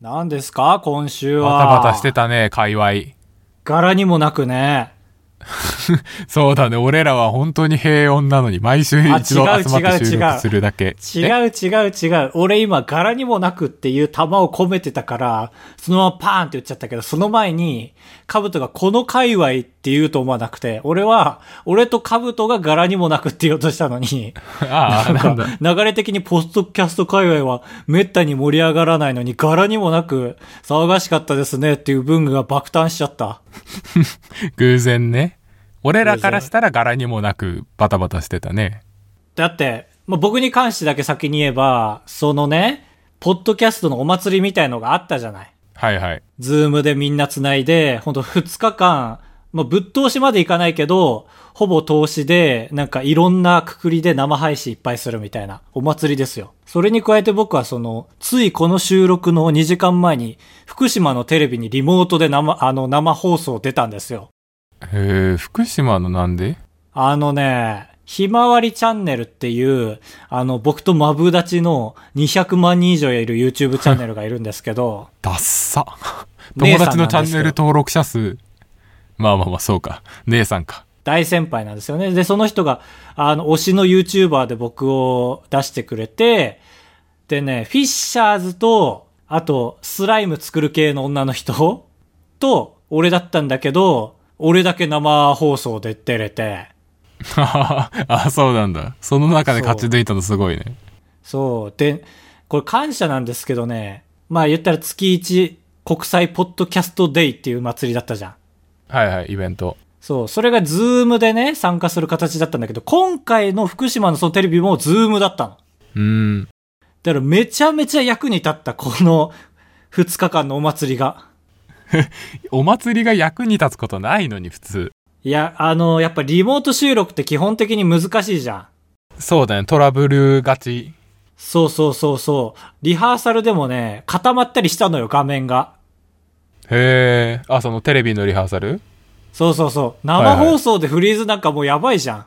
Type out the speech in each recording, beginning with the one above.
何ですか今週は。バタバタしてたね、界隈。柄にもなくね。そうだね、俺らは本当に平穏なのに、毎週一度あ違う集まっ違うて収違う録するだけ。違うえ違う違う。俺今、柄にもなくっていう球を込めてたから、そのままパーンって言っちゃったけど、その前に、カブトがこの界隈って言うと思わなくて、俺は、俺とカブトが柄にもなくって言おうとしたのに、ああ、なんだ。流れ的にポストキャスト界隈はめったに盛り上がらないのに、柄にもなく騒がしかったですねっていう文具が爆誕しちゃった。偶然ね。俺らからしたら柄にもなくバタバタしてたね。だって、まあ、僕に関してだけ先に言えば、そのね、ポッドキャストのお祭りみたいのがあったじゃない。はいはい。ズームでみんな繋いで、ほんと2日間、まあ、ぶっ通しまでいかないけど、ほぼ投資で、なんかいろんなくくりで生配信いっぱいするみたいなお祭りですよ。それに加えて僕はその、ついこの収録の2時間前に、福島のテレビにリモートで生、あの、生放送出たんですよ。へえ、福島のなんであのね、ひまわりチャンネルっていう、あの、僕とマブダチの200万人以上いる YouTube チャンネルがいるんですけど、ダッサ。姉友さんなんです達のけどチャンネル登録者数。まあまあまあ、そうか。姉さんか。 大先輩なんですよね。で、その人が、あの、推しの YouTuber で僕を出してくれて、でね、フィッシャーズと、あと、スライム作る系の女の人 と、俺だったんだけど、俺だけ生放送で出れて、あ、そうなんだ。その中で勝ち抜いたのすごいね。そう。で、これ感謝なんですけどね、まあ言ったら月1国際ポッドキャストデイっていう祭りだったじゃん。はいはい、イベント。そう、それがズームでね、参加する形だったんだけど、今回の福島のそのテレビもズームだったの。うん。だからめちゃめちゃ役に立った、この2日間のお祭りが。お祭りが役に立つことないのに、普通。いや、あの、やっぱリモート収録って基本的に難しいじゃん。そうだね、トラブル勝ち。そうそうそうそう。リハーサルでもね、固まったりしたのよ、画面が。へえ。あ、そのテレビのリハーサルそうそうそう。いは生い放送でフリーズなんかもうやばいじゃん。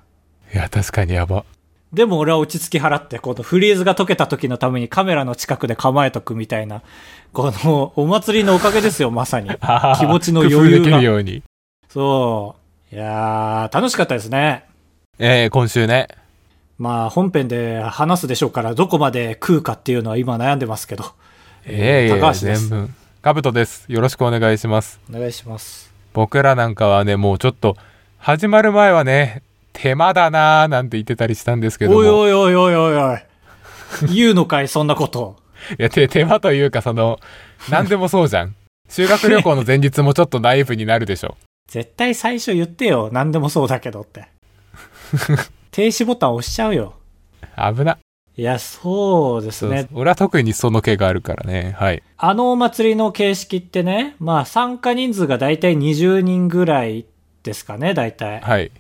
いや、確かにやば。でも俺は落ち着き払って、このフリーズが解けた時のためにカメラの近くで構えとくみたいな、このお祭りのおかげですよ、まさに。 気持ちの余裕が工夫できるように。そう。いやー、楽しかったですね。えー、今週ね。まあ本編で話すでしょうから、どこまで食うかっていうのは今悩んでますけど。えー、高橋です全文。カブトです。よろしくお願いします。お願いします。僕らなんかはね、もうちょっと、始まる前はね、手間だなーなんて言ってたりしたんですけども。おいおいおいおいおいおい。言うのかい、そんなこと。いや、手、手間というか、その、何でもそうじ ゃん。修学旅行の前日もちょっとナイーブになるでしょ。絶対最初言ってよ。何でもそうだけどって。停止ボタン押しちゃうよ。危な。いや、そうですそうね。俺は特にその毛があるからね。はい。あのお祭りの形式ってね、まあ参加人数がだいたい20人ぐらいですかね、だいたい。はい。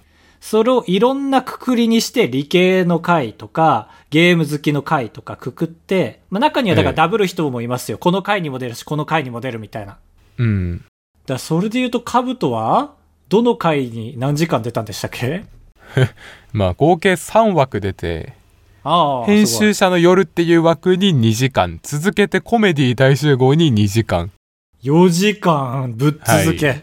それをいろんなくくりにして、理系の会とか、ゲーム好きの会とかくくって、まあ中にはだからええダブル人もいますよ。この会にも出るし、この会にも出るみたいな。だかうん。らそれで言うと、カブトは、どの会に何時間出たんでしたっけまあ、合計3枠出て、ああ、編すごい集者の夜っていう枠に2時間、続けてコメディ大集合に2時間。 4時間ぶっ続け。は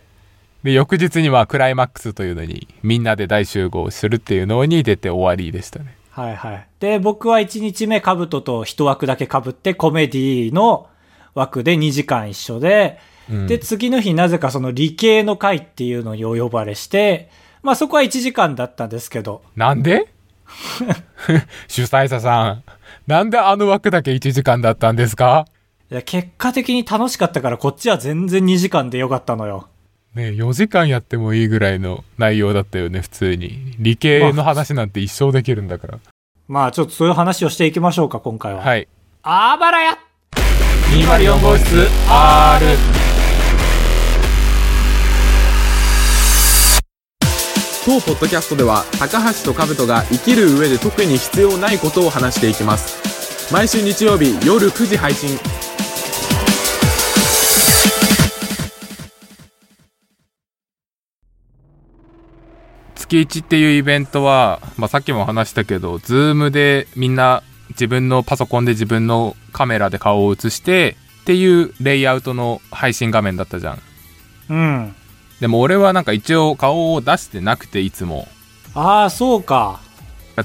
で、翌日にはクライマックスというのに、みんなで大集合するっていうのに出て終わりでしたね。はいはい。で、僕は1日目、カブトと1枠だけ被って、コメディの枠で2時間一緒で、うんで、次の日、なぜかその理系の会っていうのにお呼ばれして、まあそこは1時間だったんですけど、なんで 主催者さん、なんであの枠だけ1時間だったんですかいや結果的に楽しかったから、こっちは全然2時間でよかったのよ。ね4時間やってもいいぐらいの内容だったよね、普通に。理系の話なんて一生できるんだから。まあちょっとそういう話をしていきましょうか、今回は。はい。あばらや204号室 R。当ポッドキャストでは高橋と兜が生きる上で特に必要ないことを話していきます毎週日曜日夜9時配信月1っていうイベントは、まあ、さっきも話したけど、ズームでみんな自分のパソコンで自分のカメラで顔を映して、っていうレイアウトの配信画面だったじゃんうん。でも俺はなんか一応顔を出してなくていつもああ、そうか。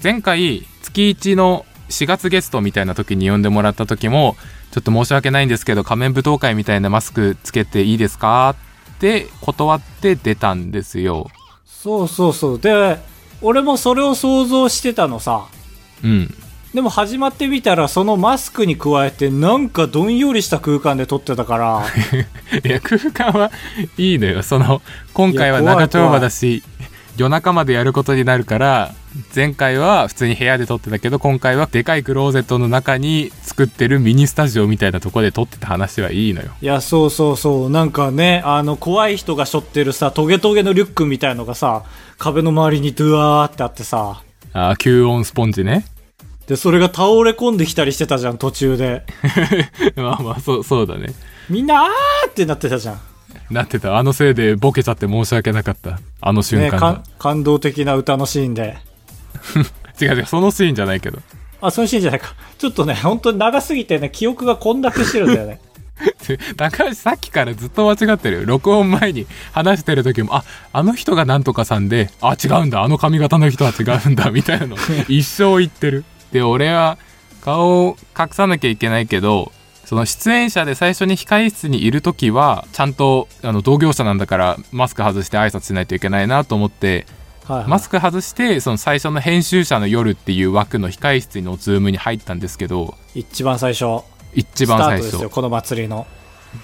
前回月1の4月ゲストみたいな時に呼んでもらった時もちょっと申し訳ないんですけど仮面舞踏会みたいなマスクつけていいですかって断って出たんですよそうそうそう。で、俺もそれを想像してたのさ。うんでも始まってみたら、そのマスクに加えて、なんかどんよりした空間で撮ってたから、 いや空間はいいのよその今回はいや怖い長丁場だし夜中までやることになるから前回は普通に部屋で撮ってたけど今回はでかいクローゼットの中に作ってるミニスタジオみたいなとこで撮ってた話はいいのよいや、そうそうそう。なんかね、あの、怖い人が背負ってるさ、トゲトゲのリュックみたいのがさ、壁の周りにドゥワーってあってさ、あー吸音スポンジね で、それが倒れ込んできたりしてたじゃん、途中で。まあまあそうそうだねみんな、あーってなってたじゃん。なってたあのせいでボケちゃって申し訳なかったあの瞬ね、間かが、ん感動的な歌のシーンで。違う違うそのシーンじゃないけど あ、そのシーンじゃないか。ちょっとね、本当に長すぎてね、記憶が混濁してるんだよ ね。高橋さっきからずっと間違ってるよ録音前に話してる時もああの人がなんとかさんであ違うんだあの髪型の人は違うんだ みたいなの一生言ってるで俺は顔を隠さなきゃいけないけどその出演者で最初に控室にいる時はちゃんとあの同業者なんだからマスク外して挨拶しないといけないなと思ってはい、はい。マスク外してその最初の編集者の夜っていう枠の控室のズームに入ったんですけど一番最初。一番スター最トです初よ、この祭りの。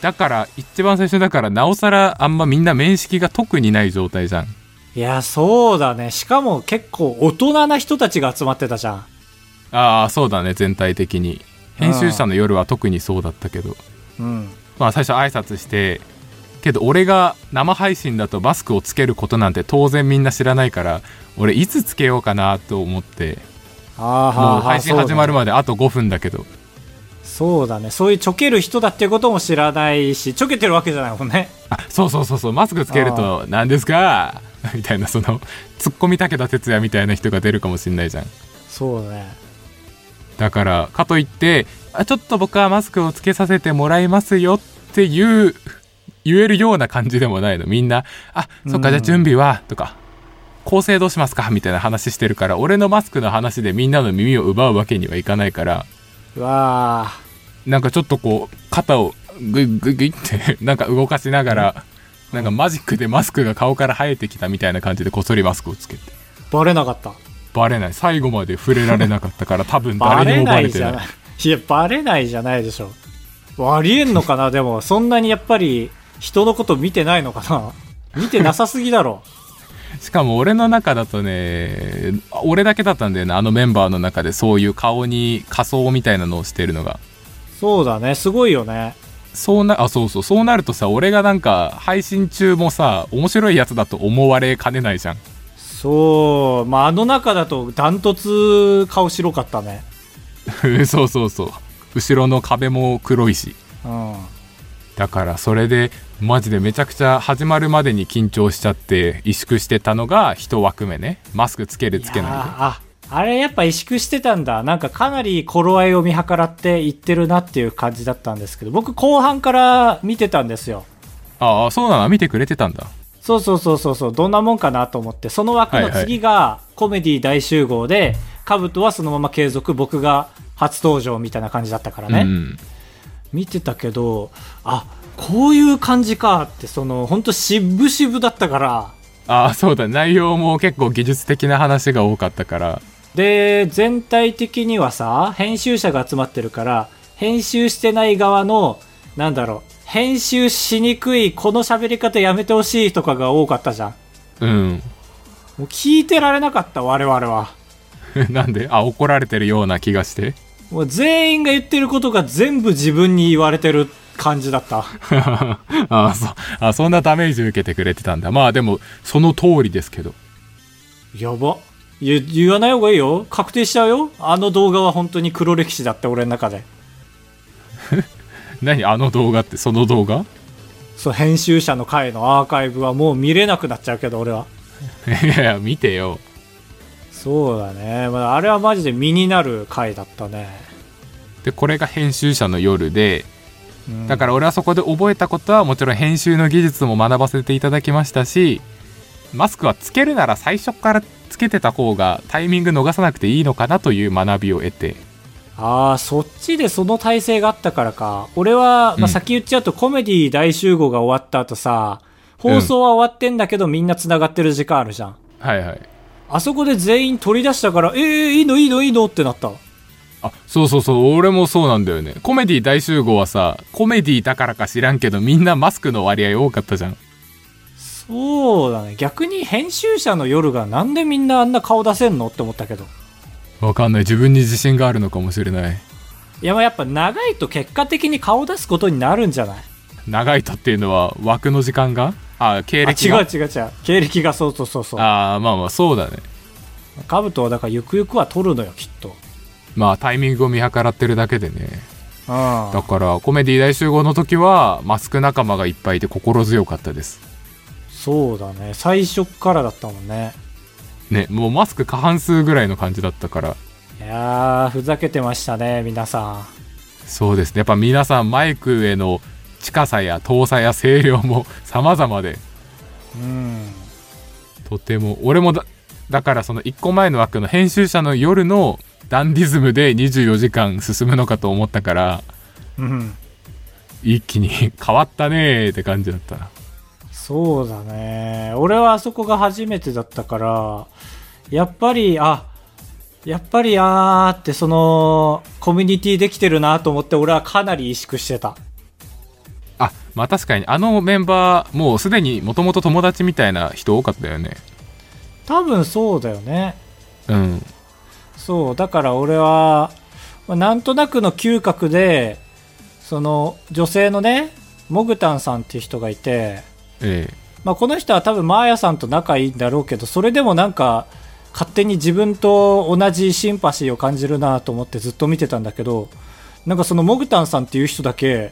だから一番最初だからなおさらあんまみんな面識が特にない状態じゃんいや、そうだね。しかも結構大人な人たちが集まってたじゃん。ああそうだね全体的に編集者の夜は特にそうだったけどうん。まあ最初挨拶してけど俺が生配信だとマスクをつけることなんて当然みんな知らないから俺いつつけようかなと思ってあーはあもうはあ配信始まるまであと5分だけどそうだね。そういうちょける人だっていうことも知らないし、ちょけてるわけじゃないもんね。あそうそうそうそうマスクつけると何ですか みたいなそのツッコミ武田鉄矢みたいな人が出るかもしんないじゃんそうだね。だからかといってあちょっと僕はマスクをつけさせてもらいますよっていう言えるような感じでもないのみんな「あそうっかんじゃあ準備は」とか「構成どうしますか?」みたいな話してるから俺のマスクの話でみんなの耳を奪うわけにはいかないからうわあ。なんかちょっとこう肩をグイグイグイって なんか動かしながらなんかマジックでマスクが顔から生えてきたみたいな感じでこっそりマスクをつけてバレなかった。バレない最後まで触れられなかったから多分 バレ誰にもバなレいてじなゃいない。いや、バレないじゃないでしょ。ありえんのか な、でも。そんなにやっぱり、人のこと見てないのかな。見てなさすぎだろ。しかも俺の中だとね俺だけだったんだよねあのメンバーの中でそういう顔に仮装みたいなのをしてるのがそうだね。すごいよね。そうなあそうそうそうなるとさ俺がなんか配信中もさ面白いやつだと思われかねないじゃん そう。まあ、あの中だと、ダントツ顔白かったね。 そうそうそう後ろの壁も黒いしうん。だからそれでマジでめちゃくちゃ始まるまでに緊張しちゃって萎縮してたのが一枠目ねマスクつけるつけいやーないああれやっぱ萎縮してたんだなんかかなり頃合いを見計らっていってるなっていう感じだったんですけど僕後半から見てたんですよでああそうなの見てくれてたんだそうそうそうそうそうどんなもんかなと思ってその枠の次がコメディ大集合で、カブトはそのまま継続僕が初登場みたいな感じだったからね、うん見てたけどあこういう感じかってそのほんと渋々だったからああそうだ内容も結構技術的な話が多かったからで全体的にはさ編集者が集まってるから編集してない側のなんだろう編集しにくいこの喋り方やめてほしいとかが多かったじゃんうん もう聞いてられなかった我々はなんであ怒られてるような気がして もう全員が言ってることが全部自分に言われてる感じだったああそあそんなダメージ受けてくれてたんだまあでもその通りですけどやば言言わない方がいいよ確定しちゃうよあの動画は本当に黒歴史だって俺の中で何あの動画ってその動画 そう編集者の回のアーカイブはもう見れなくなっちゃうけど俺はいやいや見てよそうだね、まあ、あれはマジで身になる回だったねでこれが編集者の夜でうんだから俺はそこで覚えたことはもちろん編集の技術も学ばせていただきましたしマスクはつけるなら最初からつけてた方がタイミング逃さなくていいのかなという学びを得てああそっちでその体制があったからか俺は、うまあ、ん先言っちゃうとコメディ大集合が終わった後さうん放送は終わってんだけど、みんな繋がってる時間あるじゃんはいはいあそこで全員取り出したからええいいのいいのいいのってなったあそうそうそう俺もそうなんだよねコメディ大集合はさコメディだからか知らんけどみんなマスクの割合多かったじゃんそうだね逆に編集者の夜がなんでみんなあんな顔出せんのって思ったけどわかんない自分に自信があるのかもしれないいやまあやっぱ長いと結果的に顔出すことになるんじゃない長いとっていうのは枠の時間があ経歴あが違う違う違う経歴がそうそうそうそうあーまあまあそうだねカブトはだからゆくゆくは取るのよきっとまあタイミングを見計らってるだけでねうだんからコメディ大集合の時はマスク仲間がいっぱいいて心強かったですそうだね最初っからだったもんねねもうマスク過半数ぐらいの感じだったからいやーふざけてましたね皆さそうですねやっぱ皆さんマイクへの近さや遠さや声量も 様々でんうんとても俺もだだからその1個前の枠の編集者の夜のダンディズムで24時間進むのかと思ったからうん一気に 変わったねーって感じだったなそうだね俺はあそこが初めてだったからやっぱりあやっぱりあーってそのコミュニティできてるなと思って俺はかなり萎縮してたあまあ確かにあのメンバーもうすでにもともと友達みたいな人多かったよね多分そうだよねうんそうだから俺はまあなんとなくの嗅覚でその女性のねモグタンさんっていう人がいて、ええまあ、この人は多分マーヤさんと仲いいんだろうけどそれでもなんか勝手に自分と同じシンパシーを感じるなと思ってずっと見てたんだけどなんかそのモグタンさんっていう人だけ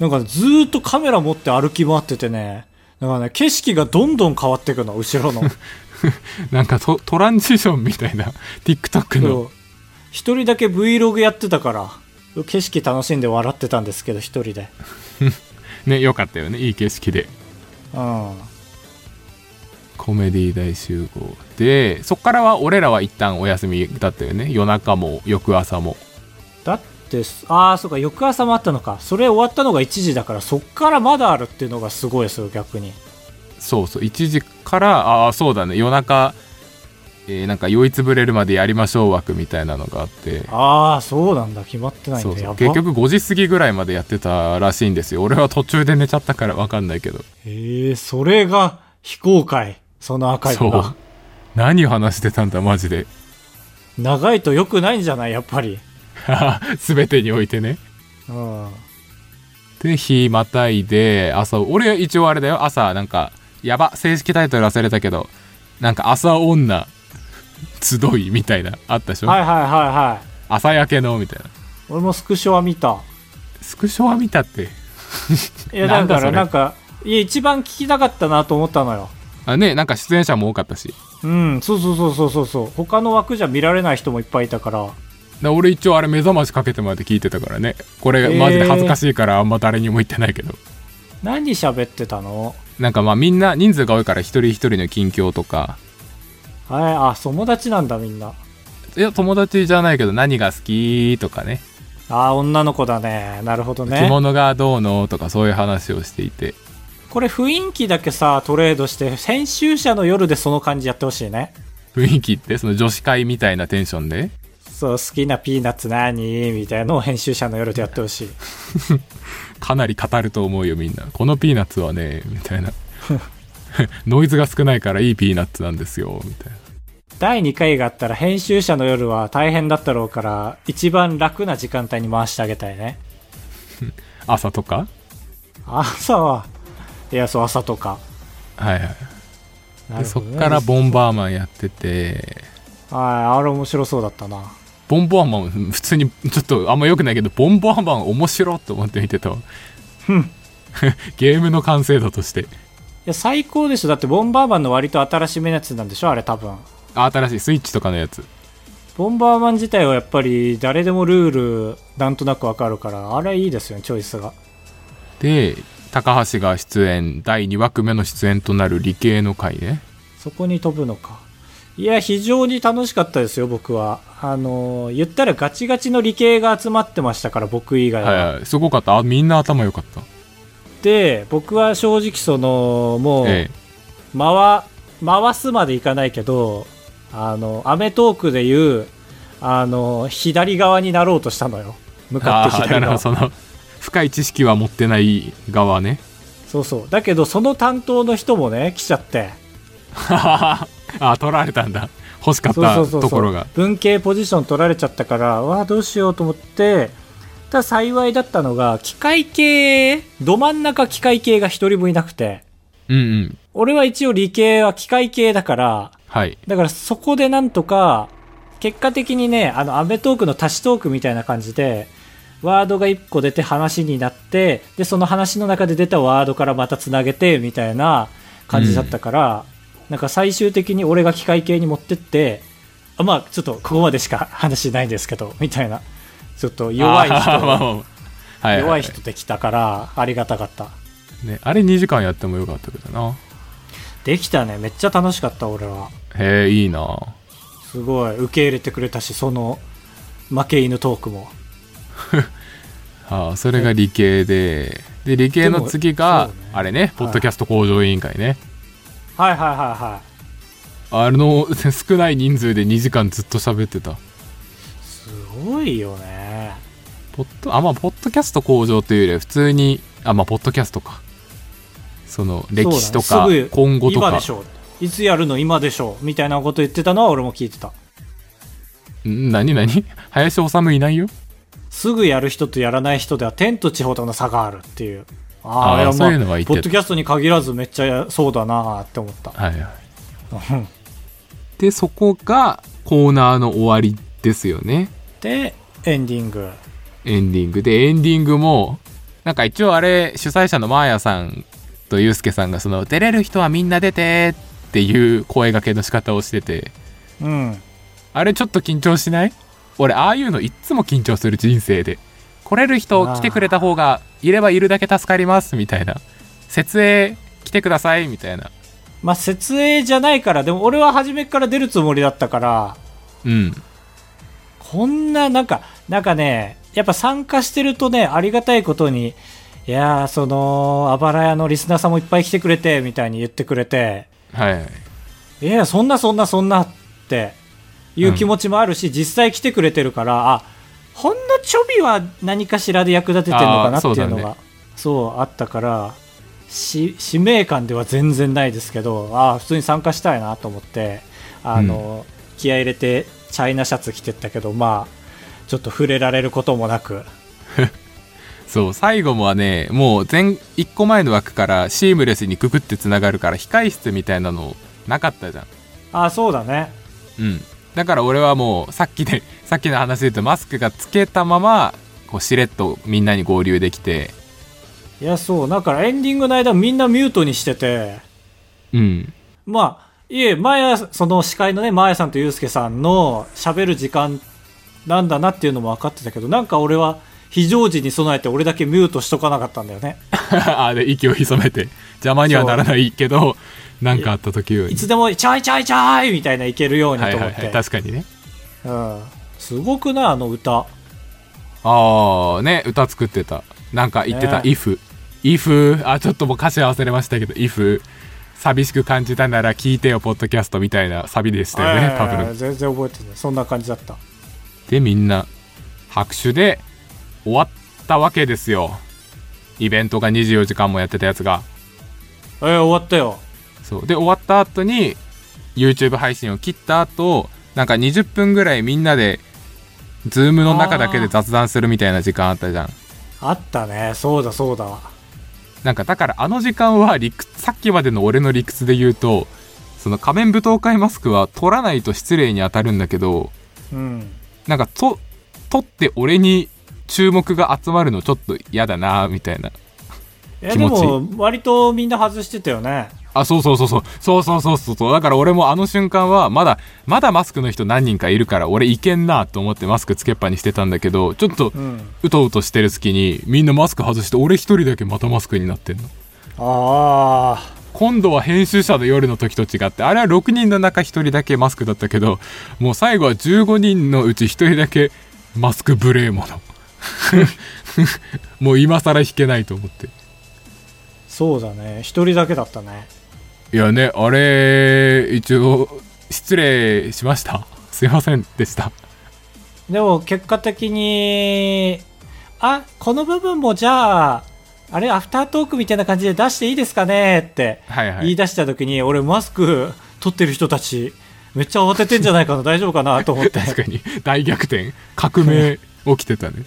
なんかずーっとカメラ持って歩き回っててねだからね景色がどんどん変わっていくの後ろの。なんかトトランジションみたいな TikTok そのう一人だけ Vlog やってたから景色楽しんで笑ってたんですけど一人でね良かったよねいい景色でうんコメディ大集合でそっからは俺らは一旦お休みだったよね夜中も翌朝もだってああそうか翌朝もあったのかそれ終わったのが1時だからそっからまだあるっていうのがすごいですよ逆にそうそう1時からああそうだね夜中、えーなんか酔いつぶれるまでやりましょう枠みたいなのがあってああそうなんだ決まってないんそだうやそうば結局5時過ぎぐらいまでやってたらしいんですよ俺は途中で寝ちゃったから分かんないけどへえそれが非公開そのアーカイブそうが何を話してたんだマジで 長いと良くないんじゃないやっぱり全てにおいてねうんで日またいで朝俺は一応あれだよ朝なんかやば正式タイトル忘れたけどなんか朝女集いみたいなあったでしょ、はいはいはいはい朝焼けのみたいな俺もスクショは見たスクショは見たっていやなだんだかそられなんかいや一番聞きたかったなと思ったのよあねなんか出演者も多かったしうん、そうそうそうそうそうそう他の枠じゃ見られない人もいっぱいいたからで俺一応あれ目覚ましかけてまで聞いてたからねこれマジで恥ずかしいからあんま誰にも言ってないけど、何喋ってたのなんかまあみんな人数が多いから一人一人の近況とかはいあ友達なんだみんないや友達じゃないけど何が好きとかねあ女の子だねなるほど着ね物がどうのとかそういう話をしていてこれ雰囲気だけさトレードして編集者の夜でその感じやってほしいね雰囲気ってその女子会みたいなテンションでそう好きなピーナッツ何みたいのを編集者の夜でやってほしいかなり語ると思うよみんなこのピーナッツはねみた いなノイズが少ないからいいピーナッツなんですよみたいな第2回があったら編集者の夜は大変だったろうから一番楽な時間帯に回してあげたいね朝とか朝はいやそう朝とかはいはいなでるほそどねっからボンバーマンやっててはい、あれ面白そうだったな。ボンバーマン普通にちょっとあんま良くないけどボンバーマン面白いと思って見てたわ ゲームの完成度としていや、最高でしょ。だって、ボンバーマンの割と新しめのやつなんでしょあれ多分。あ新しいスイッチとかのやつボンバーマン自体はやっぱり誰でもルールなんとなくわかるから、あれいいですよね、チョイスが。で高橋が出演第2枠目の出演となる理系の会ねそこに飛ぶのか。いや、非常に楽しかったですよ、僕は。あの、言ったらガチガチの理系が集まってましたから、僕以外は。はいはいすごかったあみんな頭良かったで、僕は正直その、もう、え回回すまでいかないけどあのアメトークでいうあの左側になろうとしたのよ向えかあってあ左なる側ほどその深い知識は持ってない側ね そうそうだけどその担当の人もね来ちゃってあ取られたんだ欲しかっそうそたうそうとそころうが文系ポジション取られちゃったからわあどうしようと思ってただ幸いだったのが機械系ど真ん中機械系が一人もいなくてうんうん俺は一応理系は機械系だからはいだからそこでなんとか、結果的にね、あの、アメトークの足しトークみたいな感じで、ワードが1個出て話になって、で、その話の中で出たワードからまたつなげて、みたいな感じだったから、なんか最終的に俺が機械系に持ってって、あまあ、ちょっとここまでしか話ないんですけど、みたいな。ちょっと弱いあ ーまあ人、まあはいは弱い人できたから、ありがたかった。ね、あれ2時間やってもよかったけどなできたね。めっちゃ楽しかった、俺は。へえいいなすごい。受け入れてくれたし、その、負け犬トークも。あーそれが理系でで理系の次が、でもそうねあれねポッドキャスト向上委員会ね、はいはいはいはあの 少ない人数で2時間ずっと喋ってたいすごいよねポッドあまあポッドキャスト向上というよりは普通にあまあポッドキャストかその歴史とそか、うだねすぐ今後と今かでしょいつやるの今でしょみたいなこと言ってたのは俺も聞いてたん何何 林修いないよすぐやる人とやらない人では天と地ほどの差があるっていうああーいやそういうのは言ってたポッドキャストに限らずめっちゃそうだなーって思った はいはいでそこがコーナーの終わりですよねでエンディングエンディングでエンディングもなんか一応あれ主催者のマーヤさんとユースケさんがその出れる人はみんな出てっていう声掛けの仕方をしててうんあれちょっと緊張しない俺ああいうのいっつも緊張する人生で来れる人あー来てくれた方がいればいるだけ助かりますみたいな設営来てくださいみたいなまあ設営じゃないからでも俺は初めから出るつもりだったからうんこんな、なんか、なんかね、やっぱ参加してるとね、ありがたいことに、いやー、その、あばら屋のリスナーさんもいっぱい来てくれて、みたいに言ってくれて、はいはいいや、そんなそんなそんなっていう気持ちもあるし、実際来てくれてるから、あ、ほんのちょびは何かしらで役立ててるのかなっていうのあーそうだが、ねそう,、あったから、し使命感では全然ないですけど、あー普通に参加したいなと思って、あの、気合い入れてチャイナシャツ着てったけど、まあ、ちょっと触れられることもなく、そう最後もはねもう前1個前の枠からシームレスにくくってつながるから控室みたいなのなかったじゃんあーそうだね。うん、だから俺はもうさっきで さっきの話で言うとマスクがつけたままこうしれっとみんなに合流できて、いや、そう、だからエンディングの間みんなミュートにしてて、うん、まあ、いえ、マヤ、その司会のね、マヤさんとユうスケさんの喋る時間なんだなっていうのも分かってたけど、なんか俺は非常時に備えて俺だけミュートしとかなかったんだよね。 あで息を潜めて邪魔にはなら ないけど何かあった時よりいつでも、チャイチャイチャイみたいないけるようにはいとは思いっはいて。確かにねうん。すごくないあの歌。ああね歌作ってたなんか言ってたね「if」「if」あちょっともう歌詞忘れましたけど「if」寂しく感じたなら聞いてよポッドキャストみたいなサビでしたよねええ多分全然覚えてない。そんな感じだった。でみんな拍手で終わったわけですよイベントが24時間もやってたやつがええ終わったよ。そうで終わった後に YouTube 配信を切った後なんか20分ぐらいみんなで Zoom の中だけで雑談するみたいな時間あったじゃんあったね。そうだそうだわ。なんかだからあの時間は理屈さっきまでの俺の理屈で言うとその仮面舞踏会マスクは取らないと失礼に当たるんだけどうん。なんかと取って俺に注目が集まるのちょっと嫌だなみたいなえ気で持ちいいも、割とみんな外してたよね。あ、そうそうそうそう。そうそうそうそうそう。だから俺もあの瞬間は、まだ、まだマスクの人何人かいるから、俺いけんなと思ってマスクつけっぱにしてたんだけど、ちょっと、んうとうとしてる隙に、みんなマスク外して、俺一人だけまたマスクになってんの。ああ。今度は編集者の夜の時と違って、あれは6人の中1人だけマスクだったけど、もう最後は15人のうち1人だけマスク無礼者。もう今更弾けないと思って。そうだね。一人だけだったね。いやね、あれ、一応、失礼しました。 すいませんでした。でも結果的に、あ、この部分もじゃあ、あれ、アフタートークみたいな感じで出していいですかねってはいは言いい。出した時に、俺マスク取ってる人たち、めっちゃ慌ててんじゃないかな、大丈夫かなと思って。 確かに、大逆転、革命起きて たね。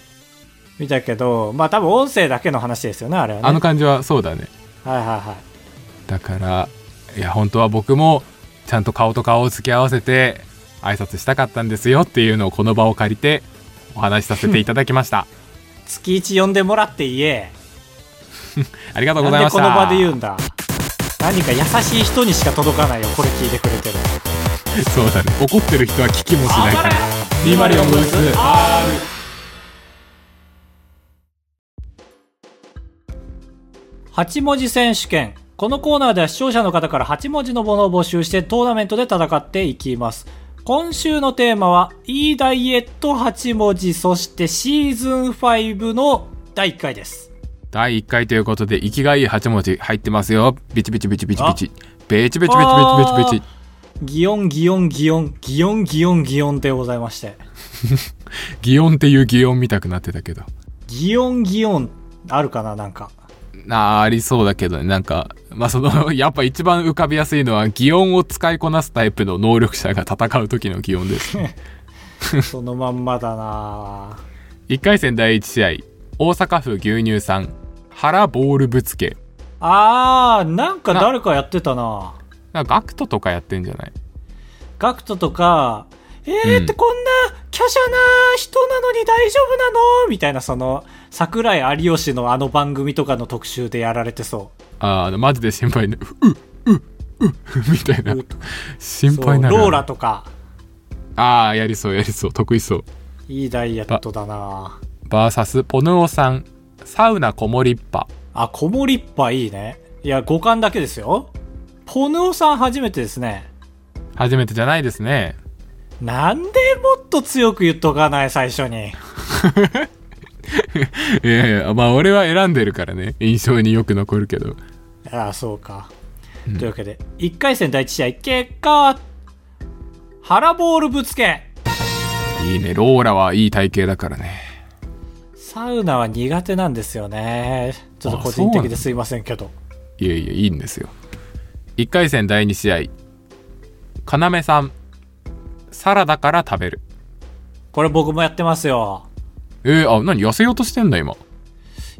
見たけど、まあ多分音声だけの話ですよね、あれはね。あの感じはそうだね。はいはいはい。だからいや本当は僕もちゃんと顔と顔を付き合わせて挨拶したかったんですよっていうのをこの場を借りてお話しさせていただき ました月一呼んでもらって言え。ありがとうござないんでましこたの場で言うんだ。何か優しい人にしか届かないよ、これ聞いてくれてる。そうだね怒ってる人は聞きもしないから204ブース8文字選手権このコーナーでは視聴者の方から8文字のものを募集してトーナメントで戦っていきます今週のテーマはいいダイエット8文字そしてシーズン5の第1回です第1回ということで生きがいい8文字入ってますよビチビチビチビチビチベチベチベチベチベチベチ擬音擬音擬音擬音擬音擬音でございまして擬音っていう擬音見たくなってたけど擬音擬音あるかななんかなありそうだけどねなんかまあその やっぱ一番浮かびやすいのは擬音を使いこなすタイプの能力者が戦う時の擬 音ですねそのまんまだなぁ1回戦第1試合大阪府牛乳さん腹ボールぶつけあーなんか誰かやってたななんかガクトとかやってんじゃないガクトとか、えうーんってこんな華奢な人なのに大丈夫なのみたいなその、桜井有吉のあの番組とかの特集でやられてそ。あーマジで心配になるううううみ たいうなう心そう配になるローラとか、ああやりそうやりそう得意そういいダイエットだなバーサスポヌオさんサウナこもりっぱあ、子守っぱいいね。いや、五感だけですよ。ポヌオさん初めてですね。初めてじゃないですねなんでもっと強く言っとかない最初に。いやいやまあ俺は選んでるからね印象によく残るけどああ、そうか。というわけで、1回戦第1試合、結果は、腹ボールぶつけ。いいねローラはいい体型だからねサウナは苦手なんですよね。ちょっと個あそう人なん的ですいませんけど。いやいやいいんですよ1回戦第2試合要さんサラダから食べるこれ僕もやってますよ。えー、あ何痩せようとしてんだ今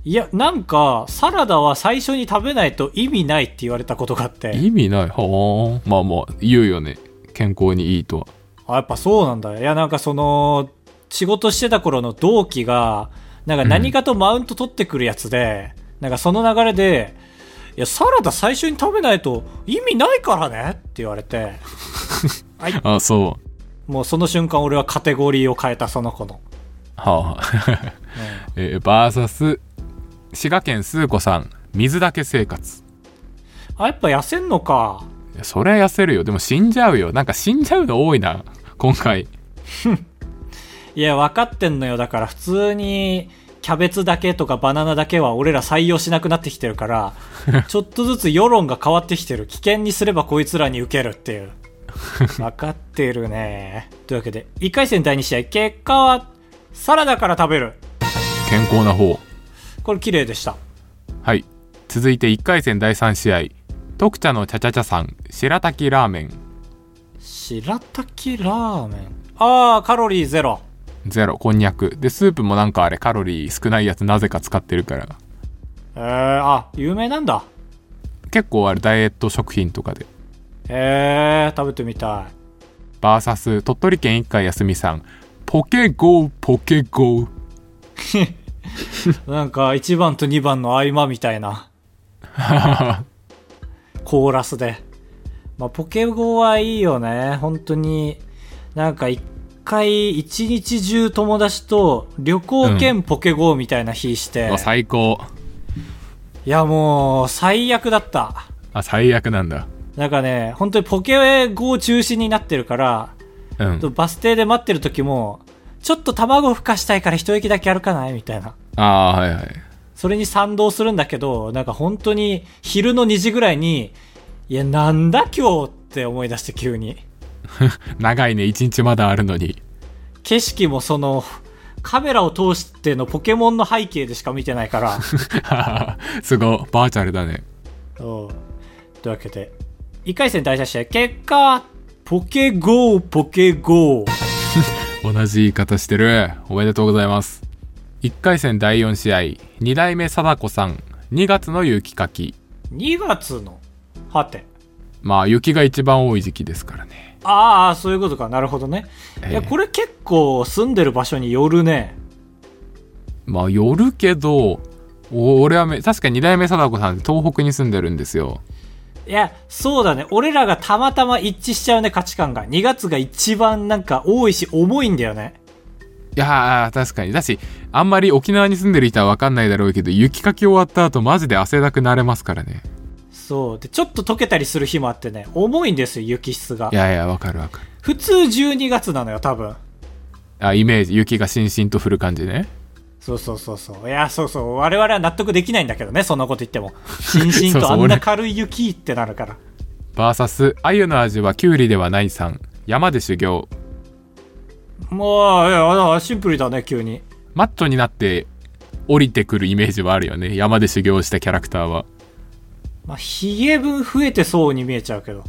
いや、なんか、サラダは最初に食べないと意味ないって言われたことがあって。意味ないはあまあまあ言うよね健康にいいとはあ、やっぱそうなんだ。いや、なんかその、仕事してた頃の同期が、なんか何かとマウント取ってくるやつで、なんかその流れで、いや、サラダ最初に食べないと意味ないからねって言われて、あそうもうその瞬間俺はカテゴリーを変えたその子の。はあ、えー、バーサス滋賀県スー子さん水だけ生活あ、やっぱ痩せんのか。いやそりゃ痩せるよでも死んじゃうよなんか死んじゃうの多いな今回いや、分かってんのよ。だから普通に、キャベツだけとかバナナだけは俺ら採用しなくなってきてるから、ちょっとずつ世論が変わってきてる。危険にすればこいつらに受けるっていう。分かってるね。というわけで、1回戦第2試合、結果は、サラダから食べる。健康な方これ綺麗でした。はい続いて1回戦第3試合特茶のちゃちゃちゃさん白滝ラーメン白滝ラーメン。あー、カロリーゼロ。ゼロこんにゃくでスープもなんかあれカロリー少ないやつなぜか使ってるからえー、あ、有名なんだ。結構あれダイエット食品とかでえー、食べてみたい。バーサス鳥取県一回休みさんポケゴーポケゴーなんか1番と2番の合間みたいな。コーラスで。まあ、ポケゴはいいよね。本当に。なんか一回、一日中友達と旅行兼ポケゴみたいな日して。あ最高いやもう、最悪だった。あ最悪なんだなんかね、本当にポケゴ中心になってるから、うんバス停で待ってる時も、ちょっと卵孵化したいから一息だけ歩かないみたいな。ああーはいはいそれに賛同するんだけど、なんか本当に昼の2時ぐらいに、いや、なんだ今日って思い出して急に。長いね一日まだあるのに 景色もその、カメラを通してのポケモンの背景でしか見てない から。すごいバーチャルだねおうというわけで、1回戦第3試合、結果、ポケゴー、ポケゴー。同じ言い方してるおめでとうございます1回戦第4試合2代目貞子さん2月の雪かき2月の、はて。まあ雪が一番多い時期ですからねああ、そういうことか。なるほどね。いや、ええこれ結構住んでる場所によるね。まあよるけどお俺はめ確か2代目貞子さん東北に住んでるんですよいや、そうだね。俺らがたまたま一致しちゃうね、価値観が。2月が一番なんか多いし、重いんだよね。いやー確かにだしあんまり沖縄に住んでる人は分かんないだろうけど雪かき終わった後マジで汗だくなれますからねそう。で、ちょっと溶けたりする日もあってね、重いんですよ、雪質がい。やいや分かる分かる普通12月なのよ、多分。あイメージ雪がしんしんと降る感じねそうそうそうそう。いや、そうそう。我々は納得できないんだけどね、そんなこと言って も。しんしんそうとそうあ俺んな軽い雪ってなるから。 VS あゆの味はきゅうりではないさん山で修行もう、いや、シンプルだね、急に。マッチョになって降りてくるイメージはあるよね山で修行したキャラクターはまあ、ひげ分増えてそうに見えちゃうけど。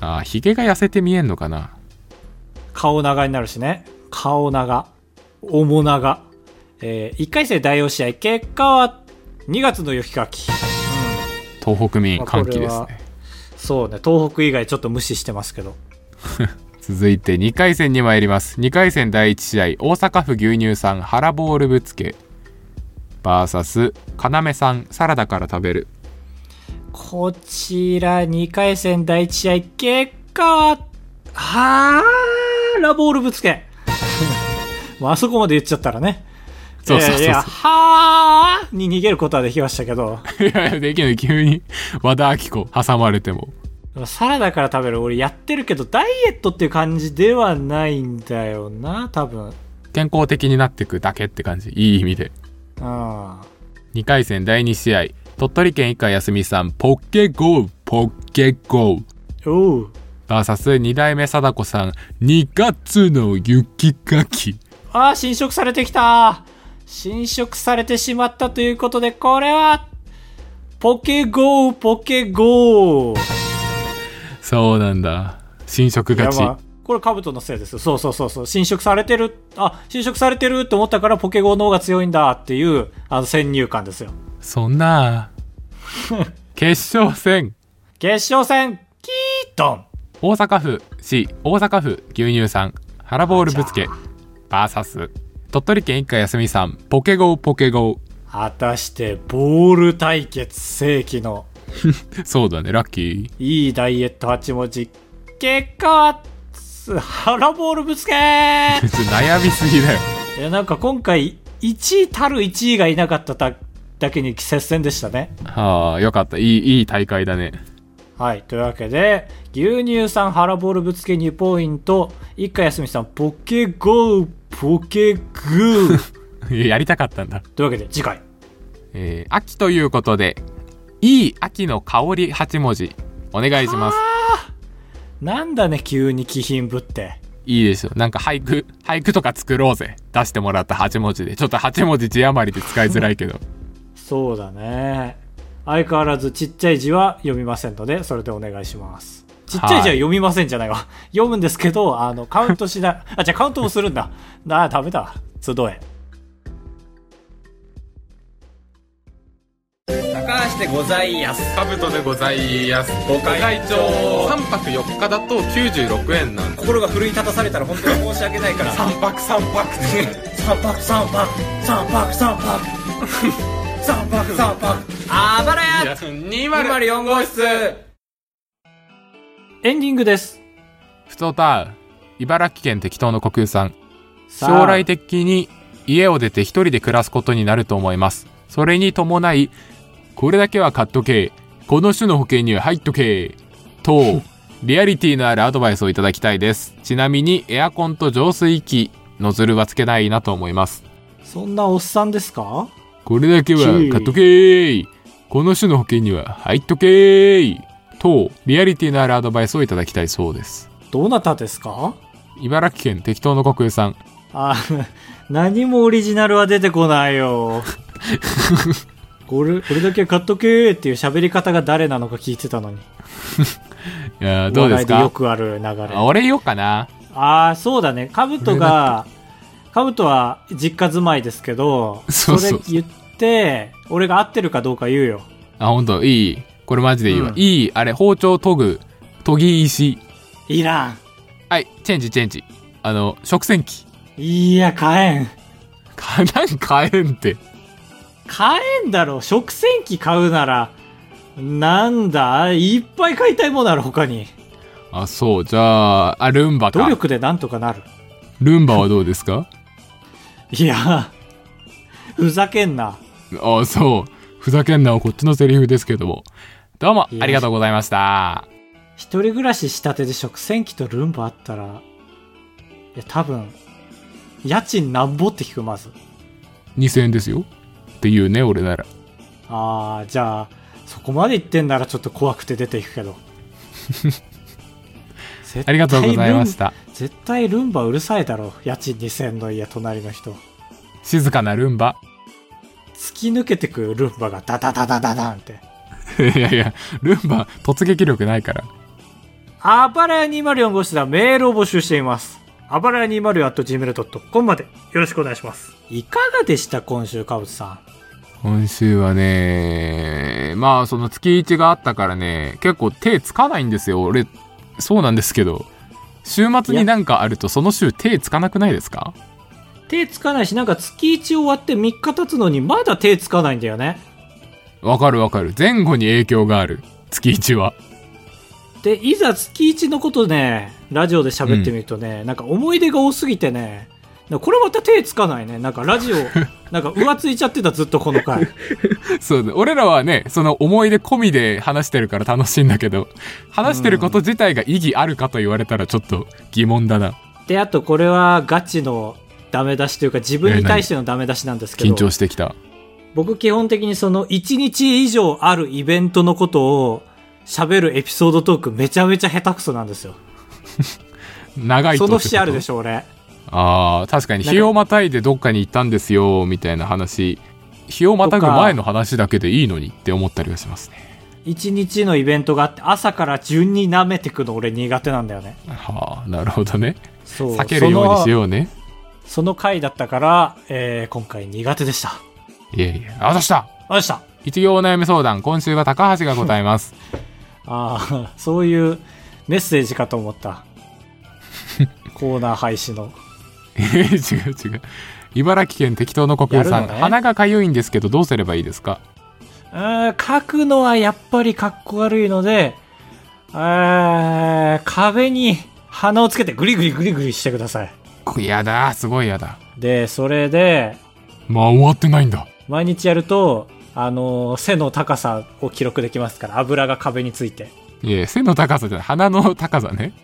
あひげが痩せて見えんのかな顔長になるしね。顔長。面長。えー、1回戦第4試合、結果は2月の雪かき。東北民まあこれは歓喜ですねそうね、東北以外ちょっと無視してますけど。続いて2回戦に参ります2回戦第1試合大阪府牛乳さん腹ボールぶつけ VS 要さんサラダから食べる こちら2回戦第1試合、結果は、はー、ラボールぶつけ。 まああそこまで言っちゃったらね。そうそうそういそうやいや、はーに逃げることはできましたけど、いやいやできない急に和田アキ子挟まれてもサラダから食べる俺やってるけど、ダイエットっていう感じではないんだよな、多分。健康的になってくだけって感じいい意味でうん。 2回戦第2試合鳥取県以下休みさんポッケゴーポッケゴーおう。 VS 二代目貞子さん2月の雪かきああ、侵食されてきた。侵食されてしまったということで、これは、ポケゴー、ポケゴー。そうなんだ新色勝ち、やばいこれ、カブトのせいです。そうそうそうそう。侵食されてる。あ、侵食されてるって思ったから、ポケゴーの方が強いんだっていう、あの、先入観ですよ。そ んな決勝戦決勝戦、キートン。大阪府市大阪府牛乳さん腹ボールぶつけ VS 鳥取県一家休みさんポケゴーポケゴ果たして、ボール対決、世紀の、ーそうだねラッキーいいダイエット八文字。結果は、腹ボールぶつけ ーちょっと悩みすぎだよいやなんか今回1位たる1位がいなかっただだけに接戦でしたねはあよかったいいいい大会だね はいというわけで牛乳さん腹ボールぶつけ2ポイント一家休みさんポケゴーポケグーやりたかったんだというわけで次回えー秋ということで、いい秋の香り8文字、お願いします。なんだね急に気品ぶっていいでしょ。なんか俳句、俳句とか作ろうぜ。出してもらった8文字で。ちょっと8文字字余りで使いづらいけど。そうだね相変わらずちっちゃい字は読みませんのでそれでお願いしますちっちゃい字は読みませんじゃないわ 読むんですけどあのカウントしないあじゃあカウントもするんだなあダメだ集え高橋でございやすカブトでございますご会長3泊4日だと96円なんで心が奮い立たされたら本当に申し訳ないから三泊三泊 三泊三泊三泊三泊三泊三泊あばらやす204 204号室エンディングです。ふつおた、茨城県適当の国有さん。さあ将来的に家を出て一人で暮らすことになると思います。それに伴い、これだけは買っとけ、この種の保険には入っとけ、と、リアリティのあるアドバイスをいただきたいです。ちなみに、エアコンと浄水器のズルはつけないなと思います。そんなおっさんですかこれだけは買っとけ、この種の保険には入っとけ、と、リアリティのあるアドバイスをいただきたいそうです。どなたですか茨城県適当の国有さん。あ、 何もオリジナルは出てこない よ。これ、これだけ買っとけーっていう喋り方が誰なのか聞いてたのに。いやーどうですお笑いよかくある流れ。あ俺言おうかな。ああそうだねカブト がカブトは実家住まいですけどそうそうそうれ言って俺が合ってるかどうか言うよあ、本当いい。これマジでいいわ。うんいい。あれ、包丁研ぐ、研ぎ石。いらんはい、チェンジチェンジ。あの、食洗機。いや買えんか、なんか変えんって。買えんだろ食洗機買うならなんだいっぱい買いたいものある他にあ、そう、じゃあ、あ、ルンバ努か。力でなんとかなるルンバはどうですかいやふざけんなあ、そう。ふざけんなはこっちのセリフですけども。どうも、いやありがとうございました。一人暮らししたてで食洗機とルンバあったらいや多分家賃なんぼって聞くまず2000円ですよ。っていうね、俺なら。ああじゃあそこまで言ってんならちょっと怖くて出ていくけ どありがとうございました。絶対ルン絶対ルンバうるさいだろ家賃2000の家隣の人静かなルンバ。 突き抜けてくルンバがダダダダダダンっていやいや、ルンバ、突撃力ないから。あばらや204号室ではメールを募集していますあばらや 204.gmail.com までよろしくお願いしますいかがでした今週カブトさん今週はね、まあその月1があったからね、結構手つかないんですよ。俺、そうなんですけど、週末になんかあるとその週手つかなくないですか手つかないしなんか月1終わって3日経つのにまだ手つかないんだよねわかるわかる。前後に影響がある。月1は。 でいざ月一のことねラジオで喋ってみるとね、なんか思い出が多すぎてねなんかこれまた手つかないねなんかラ ジオなんか浮ついちゃってたずっとこの回そうね。俺らはね、その思い出込みで話してるから楽しいんだけど、話してること自体が意義あるかと言われたらちょっと疑問だな。であとこれはガチのダメ出しというか自分に対してのダメ出しなんですけ緊ど張してきた。僕基本的にその1日以上あるイベントのことを喋るエピソードトークめちゃめちゃ下手くそなんですよ長いとそのってこと節あるでしょ俺ああ確かになんか日をまたいでどっかに行ったんですよみたいな話日をまたぐ前の話だけでいいのにって思ったりはしますね1日のイベントがあって朝から順に舐めてくの俺苦手なんだよねはあなるほどねそう避けるようにしようねその回だったから、えー今回苦手でした。いやいやあどうしたあでした。一行お悩み相談今週は高橋が答えますああ、 そういうメッセージかと思った。コーナー廃止の。えー 違う違う茨城県適当の国有さん、やるのね鼻がかゆいんですけどどうすればいいですかうーん、書くのはやっぱりかっこ悪いので、えー壁に鼻をつけてグリグリグリグリしてください。こやだすごいやだで、それで、まあ終わってないんだ毎日やると、あのー背の高さを記録できますから、油が壁について。いや背の高さじゃない鼻の高さね